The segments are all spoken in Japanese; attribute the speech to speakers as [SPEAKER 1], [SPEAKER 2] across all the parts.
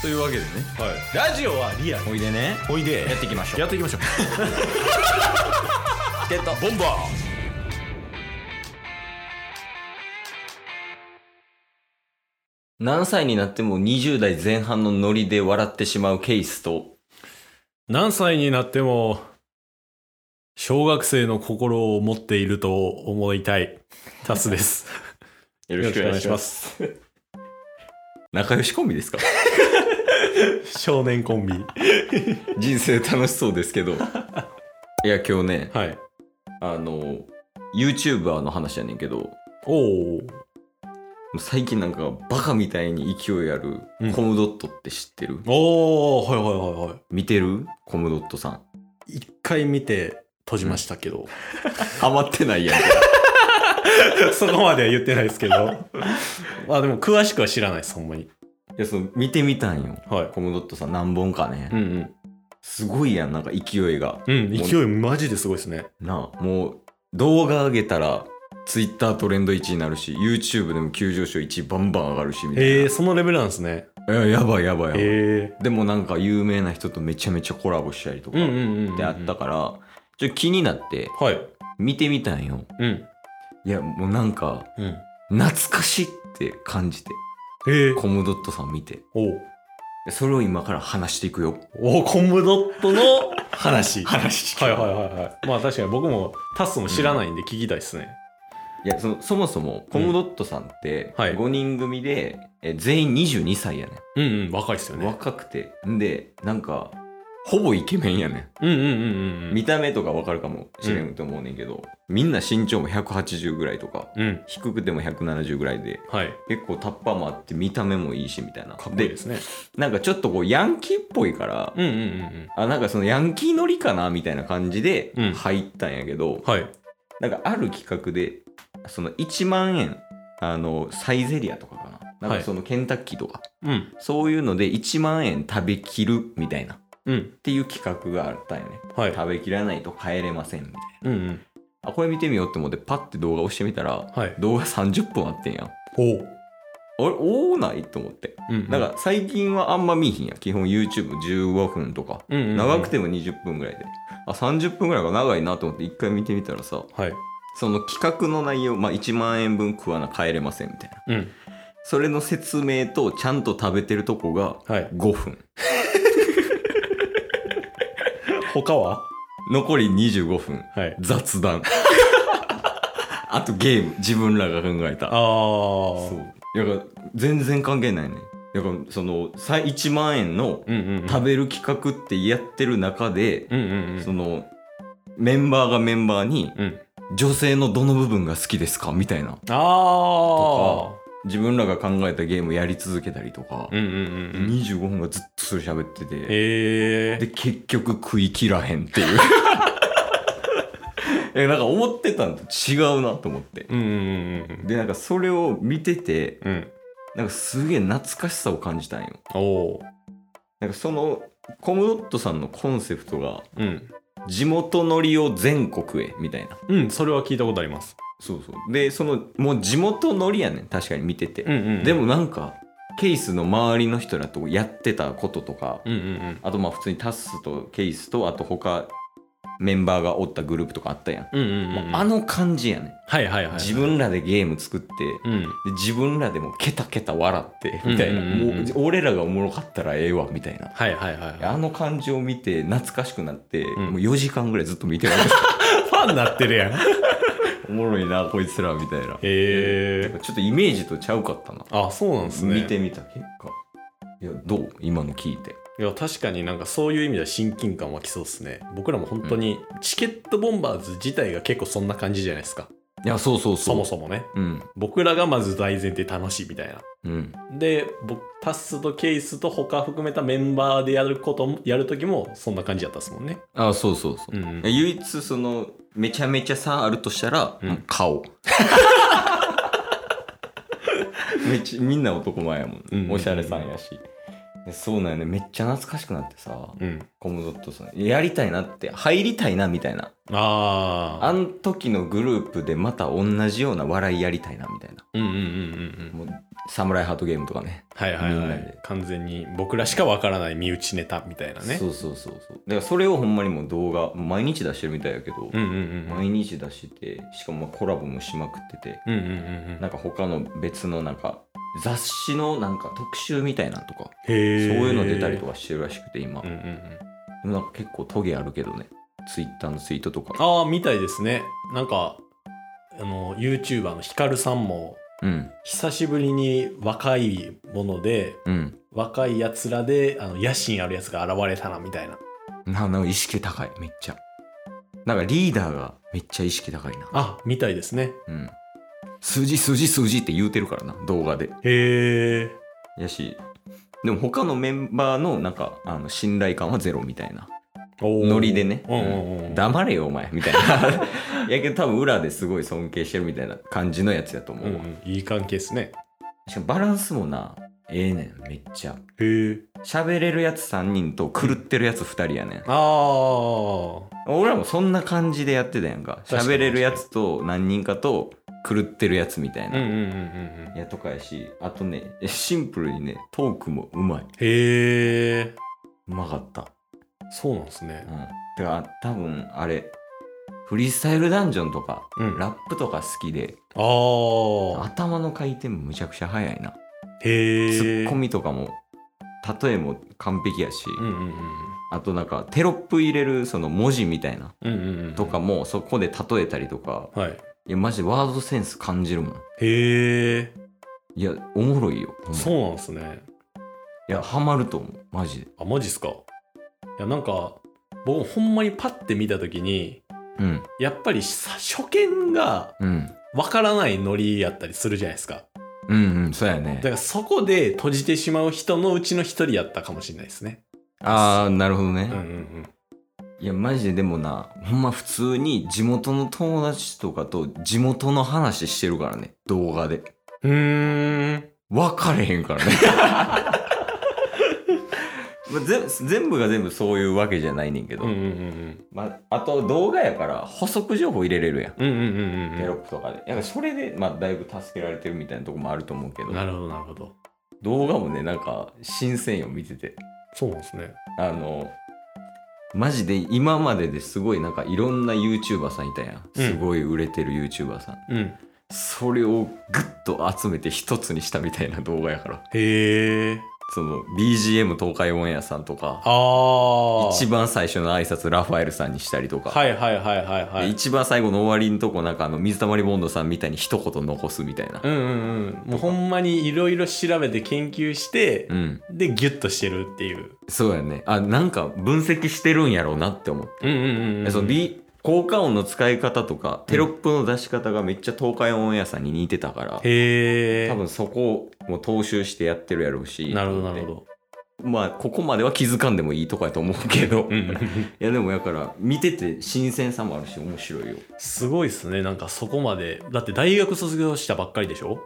[SPEAKER 1] というわけでね
[SPEAKER 2] はい、ラジオはリアル
[SPEAKER 1] おいでね
[SPEAKER 2] おいで
[SPEAKER 1] やっていきましょう
[SPEAKER 2] やっていきましょう
[SPEAKER 1] ってた
[SPEAKER 2] ボンバ
[SPEAKER 1] 何歳になっても20代前半のノリで笑ってしまうケースと
[SPEAKER 2] ー何歳になっても小学生の心を持っていると思いたいタスです
[SPEAKER 1] よ
[SPEAKER 2] よろしくお願いしますす
[SPEAKER 1] 仲良しコンビですか
[SPEAKER 2] 少年コンビ
[SPEAKER 1] 人生楽しそうですけど いや今日ね
[SPEAKER 2] はい
[SPEAKER 1] あの YouTuber の話やねんけど
[SPEAKER 2] おお
[SPEAKER 1] 最近なんかバカみたいに勢いある
[SPEAKER 2] うん
[SPEAKER 1] コムドットって知ってる、
[SPEAKER 2] おおはいはいはいは
[SPEAKER 1] 見てるコムドットさん
[SPEAKER 2] い一回見て閉じましたけ ど、
[SPEAKER 1] ハマってないやん
[SPEAKER 2] そこまでは言ってないですけどまあでも詳しくは知らないですほんまに
[SPEAKER 1] いやその見てみたんよ
[SPEAKER 2] はい
[SPEAKER 1] コムドットさん何本かね、
[SPEAKER 2] うん
[SPEAKER 1] すごいやんなんか勢いが
[SPEAKER 2] うんうん勢いマジですごいですね
[SPEAKER 1] なあもう動画上げたら Twitter トレンド1位になるし YouTube でも急上昇1位バンバン上がるしみたいな、
[SPEAKER 2] えー、そのレベルなんですね
[SPEAKER 1] いややばいやばいやばい、
[SPEAKER 2] え
[SPEAKER 1] でもなんか有名な人とめちゃめちゃコラボしたりと
[SPEAKER 2] ー、
[SPEAKER 1] か
[SPEAKER 2] うん
[SPEAKER 1] っ
[SPEAKER 2] うんうん
[SPEAKER 1] てあったから、ちょっと気になって
[SPEAKER 2] はい
[SPEAKER 1] 見てみたんよ
[SPEAKER 2] うん
[SPEAKER 1] いやもうなんか
[SPEAKER 2] うん
[SPEAKER 1] 懐かしいって感じて
[SPEAKER 2] えー、
[SPEAKER 1] コムドットさん見て
[SPEAKER 2] おう
[SPEAKER 1] それを今から話していくよ
[SPEAKER 2] おコムドットの話 はい
[SPEAKER 1] 話して
[SPEAKER 2] はいはいはいまあ確かに僕もタスも知らないんで聞きたいですね、
[SPEAKER 1] いやそのそもそもコムドットさんって
[SPEAKER 2] はい
[SPEAKER 1] 5人組で、え全員22歳やねん
[SPEAKER 2] うんうん若いっすよね
[SPEAKER 1] 若くてでなんかほぼイケメンやね
[SPEAKER 2] うんうんうんうんうん
[SPEAKER 1] 見た目とかわかるかもしれんと思うねんけど、みんな身長も180ぐらいとか
[SPEAKER 2] うん
[SPEAKER 1] 低くても170ぐらいで
[SPEAKER 2] はい
[SPEAKER 1] 結構タッパーもあって見た目もいいしみたいな
[SPEAKER 2] かっこいいですね
[SPEAKER 1] なんかちょっとこうヤンキーっぽいから、
[SPEAKER 2] うんうんうん
[SPEAKER 1] あなんかそのヤンキー乗りかなみたいな感じで
[SPEAKER 2] うん
[SPEAKER 1] 入ったんやけど、
[SPEAKER 2] うんはい
[SPEAKER 1] なんかある企画でその1万円あのサイゼリアとかかななん
[SPEAKER 2] はい
[SPEAKER 1] かそのケンタッキーとか、
[SPEAKER 2] うん
[SPEAKER 1] そういうので1万円食べきるみたいな
[SPEAKER 2] うん
[SPEAKER 1] っていう企画があったんよね。
[SPEAKER 2] はい
[SPEAKER 1] 食べきらないと帰れませんみたい
[SPEAKER 2] うんうん
[SPEAKER 1] な。あ、これ見てみようって思ってパッて動画押してみたら、
[SPEAKER 2] はい
[SPEAKER 1] 動画30分あってんやん。あ
[SPEAKER 2] おう
[SPEAKER 1] れ、おーないと思って。
[SPEAKER 2] うん
[SPEAKER 1] なんか最近はあんま見ひんやん。基本 YouTube15 分とか。
[SPEAKER 2] うんうんうん
[SPEAKER 1] 長くても20分ぐらいで。あ、30分ぐらいが長いなと思って一回見てみたらさ、
[SPEAKER 2] はい
[SPEAKER 1] その企画の内容、まあ1万円分食わな帰れませんみたいな。
[SPEAKER 2] うん
[SPEAKER 1] それの説明とちゃんと食べてるとこが
[SPEAKER 2] はい
[SPEAKER 1] 5分。
[SPEAKER 2] 他は
[SPEAKER 1] 残り25分。
[SPEAKER 2] はい
[SPEAKER 1] 雑談 あとゲーム自分らが考え
[SPEAKER 2] あ
[SPEAKER 1] た
[SPEAKER 2] あ
[SPEAKER 1] そううだから全然関係ないねだからそのさ1万円の
[SPEAKER 2] うんうんうん
[SPEAKER 1] 食べる企画ってやってる中で、
[SPEAKER 2] うんうんうん
[SPEAKER 1] そのメンバーがメンバーに
[SPEAKER 2] うん
[SPEAKER 1] 女性のどの部分が好きですかみたいな
[SPEAKER 2] あ
[SPEAKER 1] 自分らが考えたゲームやり続けたりとか
[SPEAKER 2] あ、うんうんうんうん
[SPEAKER 1] 25分がずっとそれ喋ってて
[SPEAKER 2] へ
[SPEAKER 1] で
[SPEAKER 2] え
[SPEAKER 1] 結局食い切らへんっていう えなんか思ってたんと違うなと思って
[SPEAKER 2] うんうんうんうん
[SPEAKER 1] でなんかそれを見てて
[SPEAKER 2] うん
[SPEAKER 1] なんかすげえ懐かしさを感じたんよ
[SPEAKER 2] おおう
[SPEAKER 1] なんかそのコムドットさんのコンセプトが
[SPEAKER 2] うん
[SPEAKER 1] 地元乗りを全国へみたいな
[SPEAKER 2] うんそれは聞いたことあります
[SPEAKER 1] そうそうでそのもう地元乗りやねん確かに見てて、
[SPEAKER 2] うんうん
[SPEAKER 1] でもなんかケイスの周りの人らとやってたこととか、
[SPEAKER 2] うんうんうん
[SPEAKER 1] あとまあ普通にタッスとケイスとあと他メンバーがおったグループとかあったやん、
[SPEAKER 2] うんうんうん
[SPEAKER 1] もうあの感じやねん、
[SPEAKER 2] はいはいはい
[SPEAKER 1] 自分らでゲーム作って、
[SPEAKER 2] うん
[SPEAKER 1] で自分らでもケタケタ笑ってみたいな、
[SPEAKER 2] うんうんうんうん
[SPEAKER 1] もう俺らがおもろかったらええわみたいな
[SPEAKER 2] はいはいはいはい
[SPEAKER 1] あの感じを見て懐かしくなって、
[SPEAKER 2] ん
[SPEAKER 1] もう4時間ぐらいずっと見てました
[SPEAKER 2] ファンになってるやんへ
[SPEAKER 1] おもろいなこいつらみたいな
[SPEAKER 2] え
[SPEAKER 1] ちょっとイメージとちゃうかったな、
[SPEAKER 2] あそうなんですね
[SPEAKER 1] 見てみた結果いやどう今の聞いて
[SPEAKER 2] いや確かになんかそういう意味では親近感湧きそうですね僕らも本当にチケットボンバーズ自体が結構そんな感じじゃないですか
[SPEAKER 1] いやそうそう
[SPEAKER 2] そ
[SPEAKER 1] そう
[SPEAKER 2] もそもね
[SPEAKER 1] うん
[SPEAKER 2] 僕らがまず大前提楽しいみたいな
[SPEAKER 1] うん
[SPEAKER 2] で僕タスとケイスと他含めたメンバーでやることもやる時もそんな感じだったっすもんね
[SPEAKER 1] あそうそうそう、
[SPEAKER 2] うんうん
[SPEAKER 1] 唯一そのめちゃめちゃ差あるとしたら、
[SPEAKER 2] うん
[SPEAKER 1] もう顔 めっちゃみんな男前やもん、
[SPEAKER 2] うん
[SPEAKER 1] おしゃれさんやし、でそうなんよねめっちゃ懐かしくなってさ
[SPEAKER 2] うん
[SPEAKER 1] コムドットさんやりたいなって入りたいなみたいな
[SPEAKER 2] ああ
[SPEAKER 1] あん時のグループでまた同じような笑いやりたいなみたいな
[SPEAKER 2] うんうんうんうんうん
[SPEAKER 1] もうサムライハートゲームとかね
[SPEAKER 2] はいはい
[SPEAKER 1] みん
[SPEAKER 2] は
[SPEAKER 1] ないで
[SPEAKER 2] 完全に僕らしかわからない身内ネタみたいなね
[SPEAKER 1] そうそうそうそうだからそれをほんまにもう動画もう毎日出してるみたいやけど、
[SPEAKER 2] うんうんうんうん
[SPEAKER 1] 毎日出しててしかもまあコラボもしまくってて
[SPEAKER 2] うんうんうんうん
[SPEAKER 1] なんか他の別のなんか雑誌のなんか特集みたいなのとか、
[SPEAKER 2] へえ
[SPEAKER 1] そういうの出たりとかしてるらしくて今、
[SPEAKER 2] うんうんうん
[SPEAKER 1] でもなんか結構トゲあるけどねツイッターのツイートとか
[SPEAKER 2] ああみたいですねなんかあの YouTuber のヒカルさんも
[SPEAKER 1] うん
[SPEAKER 2] 久しぶりに若いもので
[SPEAKER 1] うん
[SPEAKER 2] 若いやつらであの野心あるやつが現れたなみたいな
[SPEAKER 1] ななんか意識高いめっちゃなんかリーダーがめっちゃ意識高いな
[SPEAKER 2] あみたいですね
[SPEAKER 1] うん数字数字数字って言うてるからな動画で
[SPEAKER 2] へえ
[SPEAKER 1] やしでも他のメンバーのなんかあの信頼感はゼロみたいなノリでね
[SPEAKER 2] うんうんうん
[SPEAKER 1] 黙れよお前みたいな やけど多分裏ですごい尊敬してるみたいな感じのやつやと思
[SPEAKER 2] う
[SPEAKER 1] うわ、
[SPEAKER 2] んうんいい関係ですね
[SPEAKER 1] しかもバランスもなええねんめっちゃ
[SPEAKER 2] へえ
[SPEAKER 1] 喋れるやつ3人と狂ってるやつ2人やねん
[SPEAKER 2] ああ
[SPEAKER 1] 俺らもそんな感じでやってたやんか
[SPEAKER 2] 確かに
[SPEAKER 1] 喋れるやつと何人かと狂ってるやつみたい
[SPEAKER 2] うんうん
[SPEAKER 1] な、
[SPEAKER 2] うんうんうん
[SPEAKER 1] やとかやしあとねシンプルにねトークもうまい
[SPEAKER 2] へえ
[SPEAKER 1] うまかった
[SPEAKER 2] そうなんですね
[SPEAKER 1] うんてか多分あれフリースタイルダンジョンとか
[SPEAKER 2] うんあ
[SPEAKER 1] ラップとか好きで
[SPEAKER 2] あ
[SPEAKER 1] 頭の回転むちゃくちゃ速いな、
[SPEAKER 2] へえ
[SPEAKER 1] ツッコミとかも例えも完璧やし、
[SPEAKER 2] うんうんうん
[SPEAKER 1] あとなんかテロップ入れるその文字みたいな
[SPEAKER 2] うんうんうん
[SPEAKER 1] とかもそこで例えたりとか
[SPEAKER 2] はい
[SPEAKER 1] いやマジワードセンス感じるもん
[SPEAKER 2] へえ
[SPEAKER 1] いやおもろいよほんま
[SPEAKER 2] そうなんですね
[SPEAKER 1] いやハマると思うマジで
[SPEAKER 2] あマジっすかいやなんか僕ほんまにパッて見た時に
[SPEAKER 1] うん
[SPEAKER 2] やっぱりさ初見が
[SPEAKER 1] うん
[SPEAKER 2] わからないノリやったりするじゃないですか
[SPEAKER 1] うんうんそうやね
[SPEAKER 2] だからそこで閉じてしまう人のうちの一人やったかもしれないですね
[SPEAKER 1] ああなるほどね、
[SPEAKER 2] うんうんうん
[SPEAKER 1] いやマジででもなほんま普通に地元の友達とかと地元の話してるからね動画で
[SPEAKER 2] うーん
[SPEAKER 1] 分かれへんからね まあぜ全部が全部そういうわけじゃないねんけど、
[SPEAKER 2] うんうんうん
[SPEAKER 1] まあ、あと動画やから補足情報入れれるやん
[SPEAKER 2] うんうんうんうん
[SPEAKER 1] テロップとかでやっぱそれで、まあ、だいぶ助けられてるみたいなとこもあると思うけ
[SPEAKER 2] う
[SPEAKER 1] ど
[SPEAKER 2] んなるほどなるほど
[SPEAKER 1] 動画もねなんか新鮮よ見てて
[SPEAKER 2] そうなんですね
[SPEAKER 1] あのマジで今までですごいなんかいろんな YouTuber さんいたやん
[SPEAKER 2] うん
[SPEAKER 1] すごい売れてる YouTuber さん、
[SPEAKER 2] うん
[SPEAKER 1] それをグッと集めて一つにしたみたいな動画やから
[SPEAKER 2] へえ
[SPEAKER 1] その BGM 東海オンエアさんとか
[SPEAKER 2] ああ
[SPEAKER 1] 一番最初の挨拶ラファエルさんにしたりとか、
[SPEAKER 2] はいはいはいはいは
[SPEAKER 1] で
[SPEAKER 2] い
[SPEAKER 1] 一番最後の終わりのとこなんかあの水溜りボンドさんみたいに一言残すみたいな
[SPEAKER 2] うんうんうんもうほんまにいろいろ調べて研究して
[SPEAKER 1] う、ん、
[SPEAKER 2] でギュッとしてるっていう
[SPEAKER 1] そうやねあなんか分析してるんやろうなって思って
[SPEAKER 2] うんうんうん、う
[SPEAKER 1] えその B 効果音の使い方とかテロップの出し方がめっちゃ東海オンエアさんに似てたから、
[SPEAKER 2] へえ
[SPEAKER 1] 多分そこをもう踏襲してやってるやろうし
[SPEAKER 2] なるほどなるほど
[SPEAKER 1] まあここまでは気づかんでもいいとかやと思うけど、
[SPEAKER 2] うんう
[SPEAKER 1] い
[SPEAKER 2] んうん
[SPEAKER 1] やでもやから見てて新鮮さもあるし面白いよ
[SPEAKER 2] すごいっすねなんかそこまでだって大学卒業したばっかりでしょ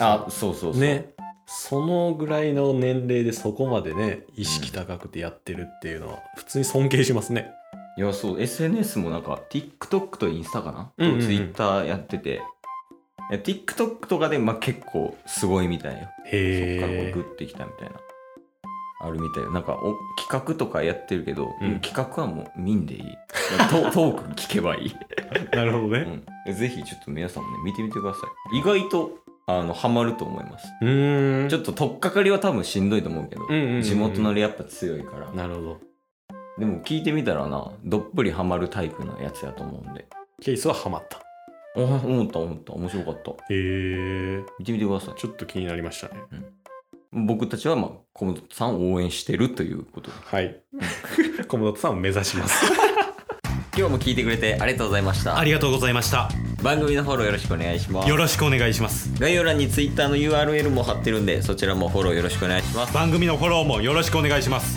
[SPEAKER 1] あそうそうそう
[SPEAKER 2] ねそのぐらいの年齢でそこまでね意識高くてやってるっていうのは普通に尊敬しますね
[SPEAKER 1] いやそう SNS もなんか TikTok とインスタかな、
[SPEAKER 2] うんうんうん
[SPEAKER 1] と Twitter やってていや TikTok とかで、まあ、結構すごいみたいよそっからこ
[SPEAKER 2] へ
[SPEAKER 1] うグッ
[SPEAKER 2] え
[SPEAKER 1] てきたみたいな。あるみたいよなんかお企画とかやってるけど、
[SPEAKER 2] うん
[SPEAKER 1] 企画はもう見んでいいト トーク聞けば いい、
[SPEAKER 2] なるほどね
[SPEAKER 1] うん、ぜひちょっと皆さんもね見てみてください意外とあのハマると思います
[SPEAKER 2] うーん
[SPEAKER 1] ちょっと取っかかりは多分しんどいと思うけど、
[SPEAKER 2] うんうんうん
[SPEAKER 1] 地元のりやっぱ強いから
[SPEAKER 2] なるほど
[SPEAKER 1] でも聞いてみたらなどっぷりハマるタイプのやつやと思うんで
[SPEAKER 2] ケースはハマった
[SPEAKER 1] お思った思った面白かった
[SPEAKER 2] へえ
[SPEAKER 1] 見てみてください
[SPEAKER 2] ちょっと気になりましたね
[SPEAKER 1] 僕たちは、まあ、小本さんを応援してるということで
[SPEAKER 2] はい 小室さんを目指します
[SPEAKER 1] 今日も聞いてくれてありがとうございまし た
[SPEAKER 3] ありがとうございました。
[SPEAKER 1] 番組のフォローよろしくお願いします
[SPEAKER 3] よろしくお願いします。
[SPEAKER 1] 概要欄に Twitter の URL も貼ってるんでそちらもフォローよろしくお願いします
[SPEAKER 3] 番組のフォローもよろしくお願いします。